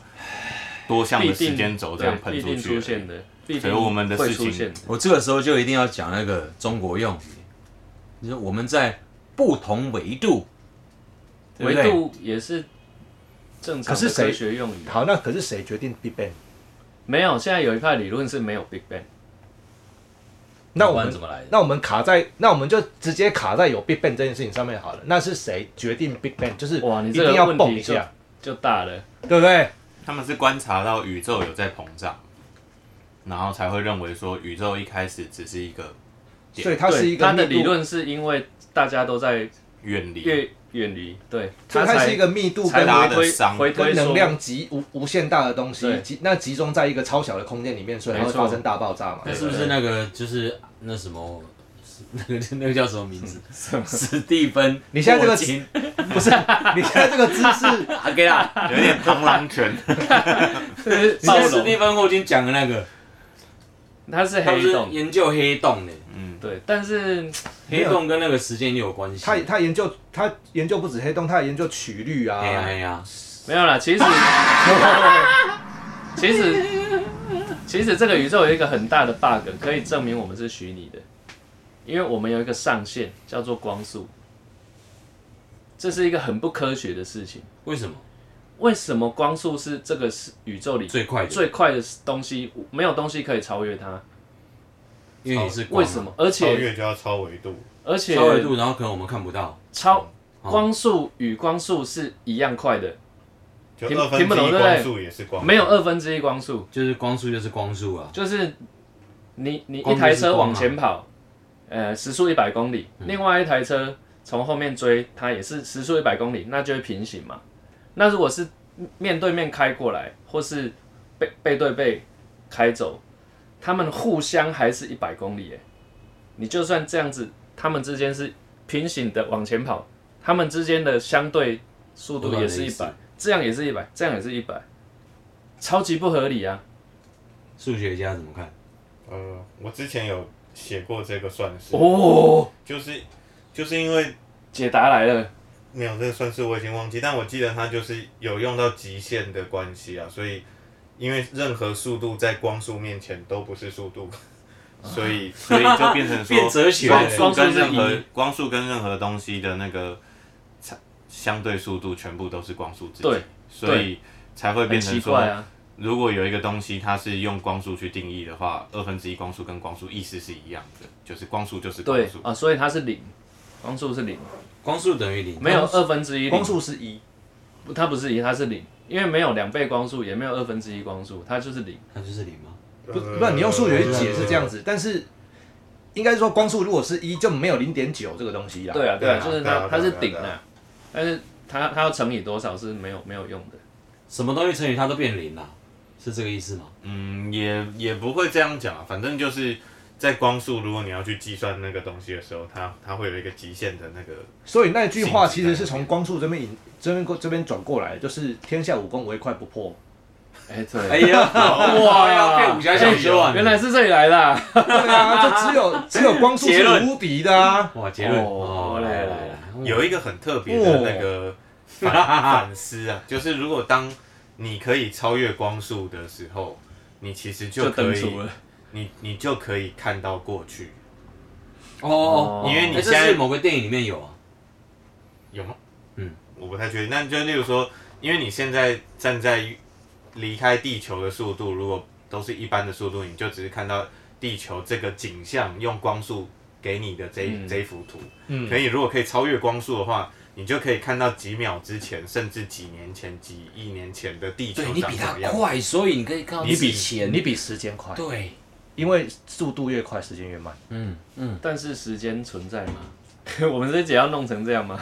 Speaker 4: 多项
Speaker 2: 必
Speaker 4: 的
Speaker 2: 定
Speaker 4: 时间轴这样喷
Speaker 2: 对
Speaker 4: 出
Speaker 2: 必定出
Speaker 4: 去而已。
Speaker 2: 现的，必定
Speaker 4: 所以我们的
Speaker 2: 会
Speaker 4: 事情
Speaker 2: 出现的
Speaker 3: 我这个时候就一定要讲那个中国用语，就是我们在不同维度，对不
Speaker 2: 维
Speaker 3: 对
Speaker 2: 度也是正常
Speaker 1: 可是
Speaker 2: 的
Speaker 1: 谁
Speaker 2: 科学用语。
Speaker 1: 好，那可是谁决定 Big Bang？
Speaker 2: 没有，现在有一派理论是没有 Big Bang，
Speaker 1: 那
Speaker 3: 不
Speaker 1: 我
Speaker 3: 然
Speaker 1: 们
Speaker 3: 怎么来的？
Speaker 1: 那我们卡在，那我们就直接卡在有 Big Bang 这件事情上面好了。那是谁决定 Big Bang？就是
Speaker 2: 哇你
Speaker 1: 一
Speaker 2: 这个
Speaker 1: 定要
Speaker 2: 问题
Speaker 1: 蹦一
Speaker 2: 就
Speaker 1: 下，
Speaker 2: 就大了。
Speaker 1: 对不对？
Speaker 4: 他们是观察到宇宙有在膨胀，然后才会认为说宇宙一开始只是一个对
Speaker 1: 所以它是
Speaker 2: 对
Speaker 1: 一个
Speaker 2: 他的
Speaker 1: 密度
Speaker 2: 理，论是因为大家都在
Speaker 4: 远离，
Speaker 2: 越远离，对，
Speaker 1: 所以它
Speaker 2: 才
Speaker 1: 是一个密度
Speaker 2: 才
Speaker 1: 跟
Speaker 4: 拉
Speaker 2: 回
Speaker 4: 的
Speaker 2: 推
Speaker 4: 伤
Speaker 2: 回推
Speaker 1: 跟能
Speaker 2: 说，
Speaker 1: 量极无无限大的东西
Speaker 2: 对
Speaker 1: 集，那集中在一个超小的空间里面，所以它会
Speaker 2: 没错
Speaker 1: 发生大爆炸嘛
Speaker 3: 那。是不是那个就是那什么？那个那个叫什么 名字？史蒂芬霍金，
Speaker 1: 你现在这个 不是， 你现在这个姿势，
Speaker 3: 啊，给啦，
Speaker 4: 有点螳螂拳，
Speaker 3: 是
Speaker 2: 暴
Speaker 3: 史蒂
Speaker 2: 龙，
Speaker 3: 芬霍金讲的那个，
Speaker 2: 它是
Speaker 3: 他不
Speaker 2: 黑
Speaker 3: 是
Speaker 2: 洞，
Speaker 3: 研究黑洞的，
Speaker 4: 嗯，
Speaker 2: 对，但是
Speaker 3: 黑洞跟那个时间也有关系。
Speaker 1: 他他研究他研究不止黑洞，他还研究曲率啊
Speaker 3: 哎，呀哎呀，
Speaker 2: 没有啦，其实 其实其实这个宇宙有一个很大的 bug，可以证明我们是虚拟的，因为我们有一个上限叫做光速，这是一个很不科学的事情。
Speaker 3: 为什么
Speaker 2: 为什么光速是这个是宇宙里
Speaker 3: 最快的？
Speaker 2: 最快的东西？没有东西可以超越它，
Speaker 3: 因为你是光
Speaker 2: 为
Speaker 3: 嘛
Speaker 2: 什么？ 而
Speaker 5: 超
Speaker 2: 且
Speaker 5: 越就要超维度，
Speaker 2: 而且
Speaker 3: 超维度，然后可能我们看不到。
Speaker 2: 超
Speaker 3: 哦
Speaker 2: 光速与光速是一样快的，
Speaker 5: 就
Speaker 2: 听
Speaker 5: 二分
Speaker 2: 听不
Speaker 5: 之
Speaker 2: 懂
Speaker 5: 一
Speaker 2: 对不对
Speaker 5: 光速也是光，
Speaker 2: 没有二分之一光速。
Speaker 3: 就是光速就是光速啊，
Speaker 2: 就是你你一
Speaker 3: 光
Speaker 2: 台
Speaker 3: 就是
Speaker 2: 车
Speaker 3: 光啊嗯
Speaker 2: 往
Speaker 3: 嘛
Speaker 2: 前跑，呃，时速一百公里，另外一台车从后面追，它也是时速一百公里，那就会平行嘛。那如果是面对面开过来，或是背背对背开走，他们互相还是一百公里诶。你就算这样子，他们之间是平行的往前跑，他们之间的相对速
Speaker 3: 我
Speaker 2: 度
Speaker 3: 懂你
Speaker 2: 也
Speaker 3: 的
Speaker 2: 是
Speaker 3: 意
Speaker 2: 一
Speaker 3: 思
Speaker 2: 百，这样也是一百，这样也是一百，超级不合理啊！
Speaker 3: 数学家怎么看？
Speaker 5: 呃，我之前有写过这个算式，
Speaker 2: 哦，
Speaker 5: 就是就是因为
Speaker 2: 解答来了。
Speaker 5: 没有这个算式我已经忘记，但我记得它就是有用到极限的关系啊，所以因为任何速度在光速面前都不是速 度，所
Speaker 2: 啊
Speaker 5: 以
Speaker 4: 所以就变成
Speaker 3: 变
Speaker 4: 说
Speaker 3: 哲学
Speaker 4: 光
Speaker 3: 了，
Speaker 4: 速跟
Speaker 2: 光速
Speaker 4: 任何
Speaker 2: 是一
Speaker 4: 光速跟任何东西的那个差相对速度全部都是光速自己
Speaker 2: 对，
Speaker 4: 所以才会
Speaker 2: 很
Speaker 4: 变
Speaker 2: 奇
Speaker 4: 成
Speaker 2: 怪
Speaker 4: 说，
Speaker 2: 啊，
Speaker 4: 如果有一个东西它是用光速去定义的话，二分之一光速跟光速意思是一样的，就是光速就是光
Speaker 2: 对
Speaker 4: 速，
Speaker 2: 啊，所以它是零，光速是零，
Speaker 3: 光速等于零，
Speaker 2: 没有二分之一零
Speaker 1: 光，速是一，
Speaker 2: 不它不是一，它是零，因为没有两倍光速，也没有二分之一光速，它就是零。
Speaker 3: 那就是零吗？
Speaker 1: 不
Speaker 5: 呃
Speaker 1: 不，你用数学去解是这样子，但是应该说光速如果是一就没有零点九这个东西啦。
Speaker 2: 对啊，
Speaker 5: 对啊
Speaker 2: 啊，就是
Speaker 5: 对啊
Speaker 2: 它它是
Speaker 5: 对啊
Speaker 2: 顶
Speaker 5: 对
Speaker 2: 啊
Speaker 5: 啊，
Speaker 2: 但是它它要乘以多少是没有没有用的。
Speaker 3: 什么东西乘以它都变零啦、啊是这个意思吗？
Speaker 4: 嗯，也也不
Speaker 5: 不会这样讲啊，反正就是在光速，如果你要去计算那个东西的时候，它它会有一个极限的那个，
Speaker 1: 所以那句话其实是从光速这边引这边过这边转过来，就是天下武功唯快不破。
Speaker 2: 哎，
Speaker 3: 哎
Speaker 2: 对，
Speaker 3: 呀， 哇，要变武侠小说啊！
Speaker 2: 原来是这里来的啊，
Speaker 1: 对啊，就只 有只有光速
Speaker 3: 结
Speaker 1: 是
Speaker 3: 论
Speaker 1: 无敌的啊。
Speaker 3: 哇，结论
Speaker 2: 哦
Speaker 3: 哦，来来来，
Speaker 4: 有一个很特别的那个反、反思啊，就是如果当你可以超越光速的时候，你其实就可
Speaker 2: 登
Speaker 4: 以
Speaker 2: 出，了。
Speaker 4: 你你就可以看到过去，
Speaker 3: 哦哦，
Speaker 4: 因为你
Speaker 3: 哎，这是
Speaker 4: 现在
Speaker 3: 某个电影里面有啊，
Speaker 4: 有吗？
Speaker 3: 嗯，
Speaker 4: 我不太确定。那就例如说，因为你现在站在离开地球的速度，如果都是一般的速度，你就只是看到地球这个景象，用光速给你的这一、
Speaker 2: 嗯
Speaker 4: 这一幅图。
Speaker 1: 嗯
Speaker 4: 可以，如果可以超越光速的话，你就可以看到几秒之前，甚至几年前、几亿年前的地球
Speaker 3: 对
Speaker 4: 长
Speaker 3: 你比
Speaker 4: 什
Speaker 3: 他
Speaker 4: 么样。
Speaker 3: 快，所以你可以看到
Speaker 1: 你
Speaker 3: 之
Speaker 1: 比
Speaker 3: 前，
Speaker 1: 你比时间快，
Speaker 3: 对，
Speaker 1: 因为速度越快，时间越慢。
Speaker 3: 嗯嗯，
Speaker 2: 但是时间存在吗？ 我们这节要弄成这样吗？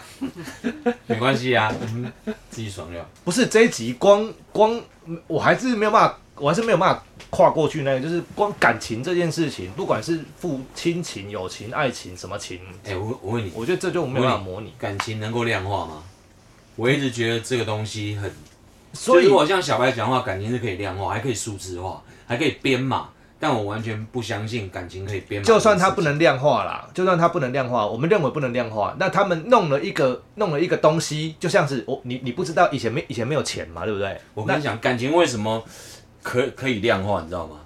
Speaker 3: 没关系啊，嗯 自己爽了。
Speaker 1: 不是这一集光光，我还是没有办法，我还是没有办法跨过去那个，就是光感情这件事情，不管是父亲情、友情、爱情什么情，
Speaker 3: 哎，我我问你，
Speaker 1: 我觉得这就没有办法模拟。
Speaker 3: 感情能够量化吗？我一直觉得这个东西很，
Speaker 1: 所
Speaker 3: 就
Speaker 1: 以
Speaker 3: 是我像小白讲话，感情是可以量化，还可以数字化，还可以编码，但我完全不相信感情可以编码这件事情。
Speaker 1: 就算它不能量化啦，就算它不能量化，我们认为不能量化，那他们弄了一个弄了一个东西，就像是我你你不知道以前没以前没有钱嘛，对不对？
Speaker 3: 我跟你讲，感情为什么可可以量化，你知道吗？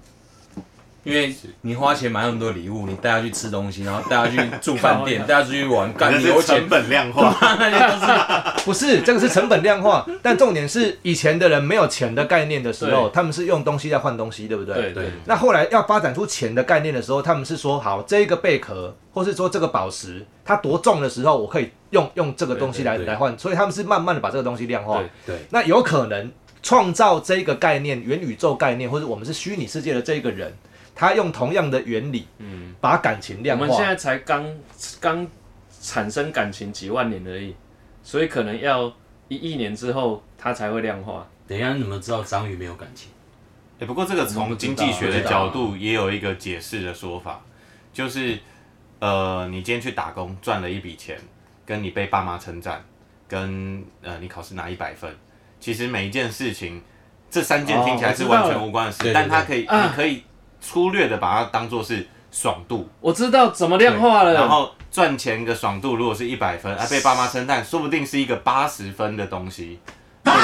Speaker 3: 因为你花钱买那么多礼物，你带他去吃东西，然后带他去住 饭店，带他出去玩，干
Speaker 4: 那
Speaker 3: 你有
Speaker 4: 是
Speaker 3: 钱
Speaker 4: 成，本量化，
Speaker 3: 那些都是
Speaker 1: 不是这个是成本量化，但重点是以前的人没有钱的概念的时候，
Speaker 2: 对
Speaker 1: 他们是用东西在换东西，对不对？
Speaker 2: 对对
Speaker 3: 对，
Speaker 1: 那后来要发展出钱的概念的时候，他们是说好这一个贝壳，或是说这个宝石，它多重的时候，我可以用用这个东西来
Speaker 3: 对对对
Speaker 1: 来换，所以他们是慢慢的把这个东西量化
Speaker 2: 对。
Speaker 3: 对
Speaker 1: 那有可能创造这个概念，元宇宙概念，或者我们是虚拟世界的这一个人，他用同样的原理，
Speaker 2: 嗯，
Speaker 1: 把感情
Speaker 2: 我
Speaker 1: 量
Speaker 2: 们现
Speaker 1: 化。
Speaker 2: 在才刚刚产生感情几万年而已，所以可能要一亿年之后它才会量化。
Speaker 3: 等一下，你怎么知道章鱼没有感情？
Speaker 4: 欸，不过这个
Speaker 2: 我们
Speaker 4: 从
Speaker 2: 不知道
Speaker 4: 经济学的角度也有一个解释的说法，就是呃，你今天去打工赚了一笔钱，跟你被爸妈称赞，跟呃你考试拿一百分，其实每一件事情，这三件
Speaker 2: 哦
Speaker 4: 听起来
Speaker 2: 我
Speaker 4: 是
Speaker 2: 知道
Speaker 4: 完
Speaker 2: 了
Speaker 4: 全无关的事，
Speaker 3: 对对
Speaker 4: 但
Speaker 3: 对
Speaker 4: 它可以、
Speaker 2: 啊
Speaker 4: 你可以粗略的把它当做是爽度，
Speaker 2: 我知道怎么量化了，
Speaker 4: 然后赚钱的爽度如果是一百分，啊被爸妈称赞，说不定是一个八十分的 东西，或者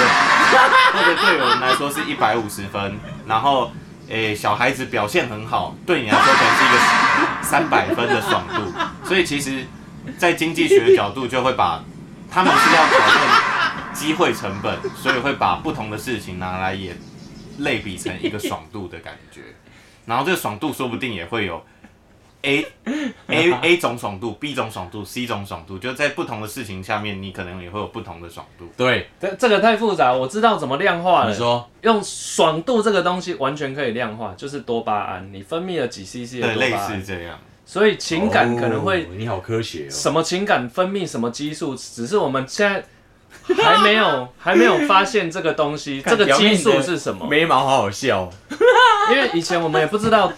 Speaker 4: 或者对我们来说是一百五十分，然后诶小孩子表现很好，对你来说可能是一个三百分的爽度，所以其实，在经济学的角度就会把他们是要讨论机会成本，所以会把不同的事情拿来也类比成一个爽度的感觉，然后这个爽度说不定也会有 A A A 种爽度、B 种爽度、C 种爽度，就在不同的事情下面，你可能也会有不同的爽度。
Speaker 3: 对，
Speaker 2: 这这个太复杂，我知道怎么量化
Speaker 3: 你
Speaker 2: 了。
Speaker 3: 说
Speaker 2: 用爽度这个东西完全可以量化，就是多巴胺，你分泌了几 CC 的
Speaker 4: 对，
Speaker 2: 多
Speaker 4: 类
Speaker 2: 巴
Speaker 4: 似
Speaker 2: 胺，
Speaker 4: 这样。
Speaker 2: 所以情感可能会
Speaker 3: 哦你好科学哦。
Speaker 2: 什么情感分泌什么激素，只是我们现在还没有还没有发现这个东西，这
Speaker 3: 看
Speaker 2: 个激素是什
Speaker 3: 表
Speaker 2: 么？
Speaker 3: 妹的眉毛好好笑哦，
Speaker 2: 因为以前我们也不知道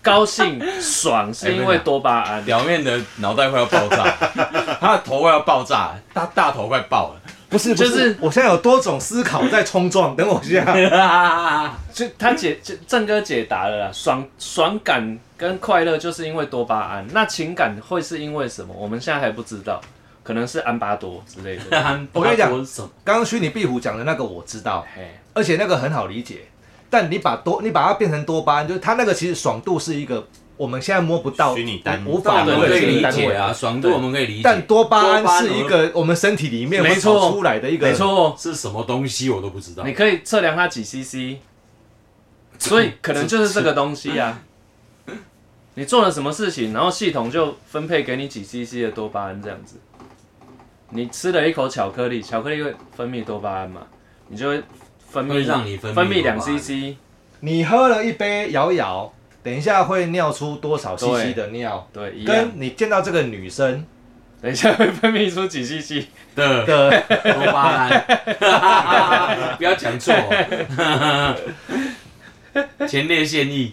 Speaker 2: 高兴爽是因为多巴胺，
Speaker 3: 表面的脑袋快要爆炸，他的头快要爆炸，他大头快爆了。
Speaker 1: 不是，不
Speaker 2: 就是
Speaker 1: 我现在有多种思考在冲撞。等我一 下，
Speaker 2: 就他解就郑哥解答了啦，爽爽感跟快乐就是因为多巴胺，那情感会是因为什么？我们现在还不知道，可能是安巴多之类 的。
Speaker 1: 我跟你讲
Speaker 3: 他说什么，
Speaker 1: 刚刚虚拟壁虎讲的那个我知道，
Speaker 2: 嘿
Speaker 1: 而且那个很好理解。但你把多，你把它变成多巴胺，就是它那个其实爽度是一个我们现在摸不到、
Speaker 4: 虚拟单位
Speaker 1: 无
Speaker 3: 我
Speaker 1: 法
Speaker 3: 们
Speaker 1: 摸
Speaker 3: 可
Speaker 1: 的
Speaker 3: 以
Speaker 1: 虚拟
Speaker 3: 理
Speaker 1: 单
Speaker 3: 解
Speaker 1: 位。
Speaker 3: 啊，爽度我们可以理解，
Speaker 1: 但多巴
Speaker 3: 多巴
Speaker 1: 胺
Speaker 3: 胺
Speaker 1: 是一个我们身体里面
Speaker 2: 没
Speaker 1: 会
Speaker 2: 错
Speaker 1: 跑出来的一个，
Speaker 2: 没，错，
Speaker 3: 是什么东西我都不知道
Speaker 2: 你。可以测量它几 CC，所以可能就是这个东西啊。你做了什么事情，然后系统就分配给你几 CC 的多巴胺这样子。你吃了一口巧克力，巧克力会分泌多巴胺嘛？你就会分
Speaker 3: 会
Speaker 2: 泌
Speaker 3: 让你分泌
Speaker 2: 分泌两
Speaker 3: 多巴胺
Speaker 2: CC，
Speaker 1: 你喝了一杯摇摇，等一下会尿出多少
Speaker 2: 对
Speaker 1: CC 的尿，
Speaker 2: 对，一样。
Speaker 1: 跟你见到这个女生
Speaker 2: 等一下会分泌出几 CC，
Speaker 3: 的
Speaker 1: 的，
Speaker 3: 多巴胺， 不要讲错 哦，前列腺液，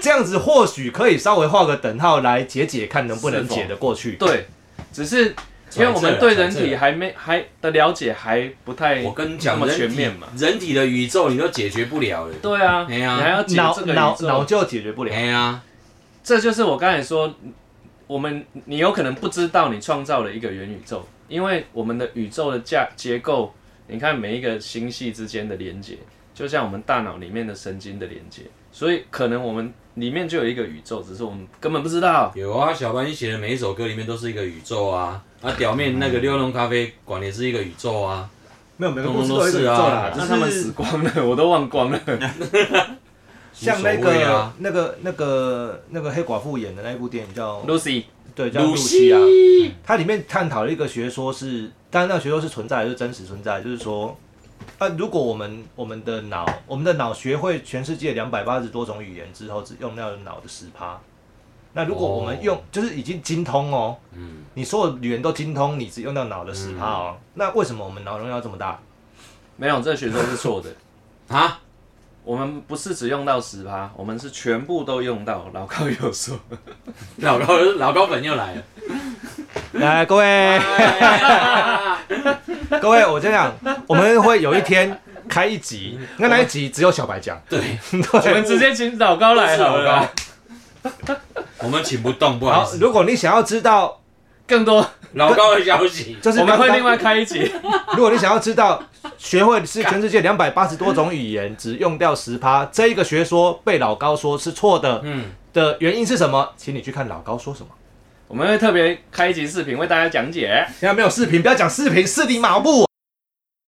Speaker 1: 这样子或许可以稍微画个等号来解解看能不能
Speaker 3: 是否
Speaker 1: 解得过去。
Speaker 2: 对，只是因为我
Speaker 3: 啊
Speaker 2: 们对人体还没还的了解还不太
Speaker 3: 我跟你
Speaker 2: 那
Speaker 3: 讲，
Speaker 2: 么
Speaker 3: 人体
Speaker 2: 全面嘛。
Speaker 3: 人体的宇宙你都解决不了了。
Speaker 2: 对啊，
Speaker 3: 哎
Speaker 2: 你
Speaker 3: 呀
Speaker 2: 还要解
Speaker 1: 脑
Speaker 2: 这个
Speaker 1: 脑
Speaker 2: 宇宙
Speaker 1: 脑就解决不了
Speaker 3: 哎。呀，
Speaker 2: 这就是我刚才说，我们你有可能不知道你创造了一个元宇宙，因为我们的宇宙的架结构，你看每一个星系之间的连接，就像我们大脑里面的神经的连接，所以可能我们里面就有一个宇宙，只是我们根本不知道。
Speaker 3: 有啊，小班你写的每一首歌里面都是一个宇宙啊，啊，
Speaker 1: 嗯
Speaker 3: 表面那个六弄咖啡馆也是一个宇宙啊，
Speaker 1: 没有，每个
Speaker 3: 通
Speaker 1: 故
Speaker 3: 通
Speaker 1: 事
Speaker 3: 都
Speaker 1: 都有一个宇
Speaker 3: 是
Speaker 1: 宙
Speaker 3: 啊
Speaker 1: 啦，
Speaker 2: 那他们
Speaker 1: 只
Speaker 2: 死
Speaker 1: 是
Speaker 2: 光了，我都忘光 了。
Speaker 1: 像那
Speaker 3: 无所谓
Speaker 1: 个、
Speaker 3: 啊
Speaker 1: 那个那个那个黑寡妇演的那一部电影叫
Speaker 2: Lucy，
Speaker 1: 对叫
Speaker 3: 露
Speaker 1: 露西
Speaker 3: 西
Speaker 1: 啊，它里面探讨了一个学说是，当然那个学说是存在的，是真实存在的，就是说，啊，如果我们我们的脑我们的脑学会全世界两百八十多种语言之后，只用到了脑的十趴。那如果我们用、就是已经精通哦，
Speaker 3: 哦嗯，
Speaker 1: 你所有语言都精通，你只用到脑的十趴哦、那为什么我们脑容量要这么大？
Speaker 2: 没有，这个学说是错的。
Speaker 3: 啊，
Speaker 2: 我们不是只用到十趴，我们是全部都用到。老高有说，
Speaker 1: 嗯
Speaker 3: 老高老高粉又来了，哎
Speaker 1: 来，各位。哎 各位，我这样，我们会有一天开一集，那那一集只有小白讲。
Speaker 3: 对，
Speaker 2: 我们直接请老高来好
Speaker 3: 老高
Speaker 2: 了。，
Speaker 3: 我们请不动，不好
Speaker 1: 好
Speaker 3: 意，思，
Speaker 1: 如果你想要知道，
Speaker 2: 更多
Speaker 3: 老高的消息，
Speaker 1: 就是
Speaker 2: 我们
Speaker 1: 刚
Speaker 2: 会
Speaker 1: 刚
Speaker 2: 另外开一 集。
Speaker 1: 如果你想要知道，学会是全世界两百八十多种语言，只用掉十趴，这一个学说被老高说是错的
Speaker 3: 嗯，
Speaker 1: 的原因是什么？请你去看老高说什么。
Speaker 2: 我们会特别开一集视频为大家讲解。
Speaker 1: 现在没有视频，不要讲视频，视你马步。